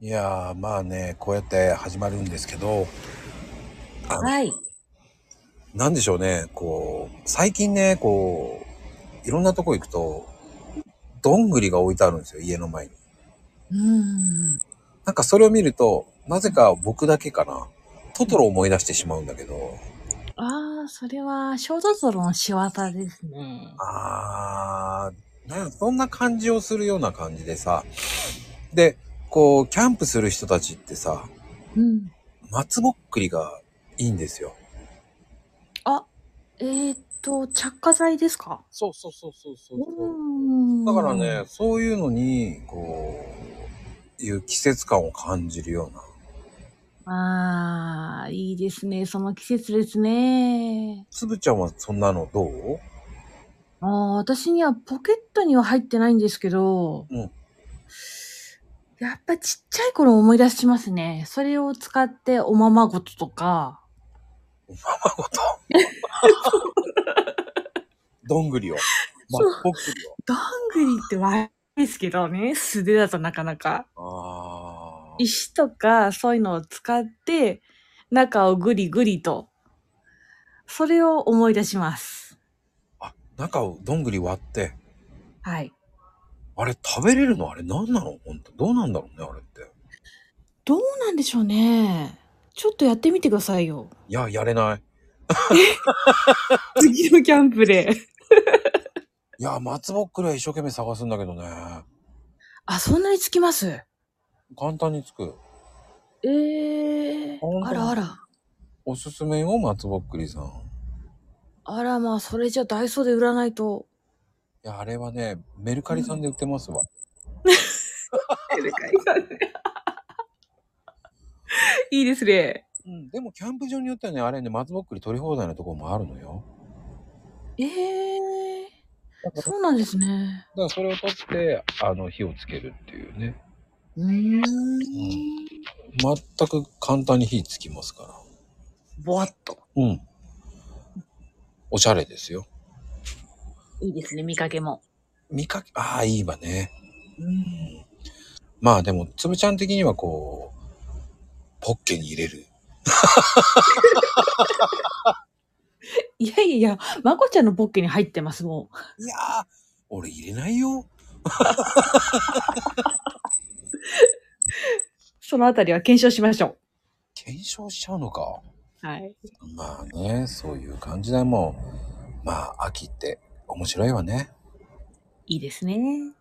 いやー、まあね、こうやって始まるんですけど、あの、はい。なんでしょうね、こう、最近ね、こう、いろんなとこ行くと、どんぐりが置いてあるんですよ、家の前に。うーん。なんかそれを見ると、なぜか僕だけかな、トトロを思い出してしまうんだけど、ああ、それは、小トトロの仕業ですね。あー、なんそんな感じをするような感じでさ、で、こう、キャンプする人たちってさ、うん。松ぼっくりがいいんですよ。あ、えー、っと、着火剤ですかそうそうそうそうそううーん。だからね、。そういうのに、こう、いう季節感を感じるような。ああ、いいですね。その季節ですね。つぶちゃんはそんなのどうああ、私にはポケットには入ってないんですけど、うんやっぱちっちゃい頃を思い出しますね。それを使っておままごととか、まごと。どんぐ りを。まそうっぽっくりを。どんぐりって悪いですけどね、素手だとなかなか。あー石とかそういうのを使って中をぐりぐりとそれを思い出しますあ、中をどんぐり割って。はいあれ食べれるのあれ何なの本当どうなんだろうねあれって。どうなんでしょうねちょっとやってみてくださいよいや、やれない。次のキャンプでいや、松ぼっくりは一生懸命探すんだけどね。あそんなにつきます簡単につく。えー本当あらあらおすすめよ、松ぼっくりさん。あらまあそれじゃダイソーで売らないといや、あれはね、メルカリさんで売ってますわ。 いいですねうん、でもキャンプ場によってはね、あれね、松ぼっくり取り放題のところもあるのよ。えーだから、だかそうなんですねらそれを取って、あの、火をつけるっていうね。うーん全く簡単に火つきますから。ぼわっとうん。おしゃれですよ。いいですね見かけも見かけ、ああ、いいわね。うんまあでも、つぶちゃん的にはこう、ポッケに入れる。いやいやいや、まこちゃんのポッケに入ってます、もう。いやー、俺入れないよ。そのあたりは検証しましょ検証しちゃうのか。う。はい。まあね、そういう感じだもん。まあ、秋って面白いわね。いいですね。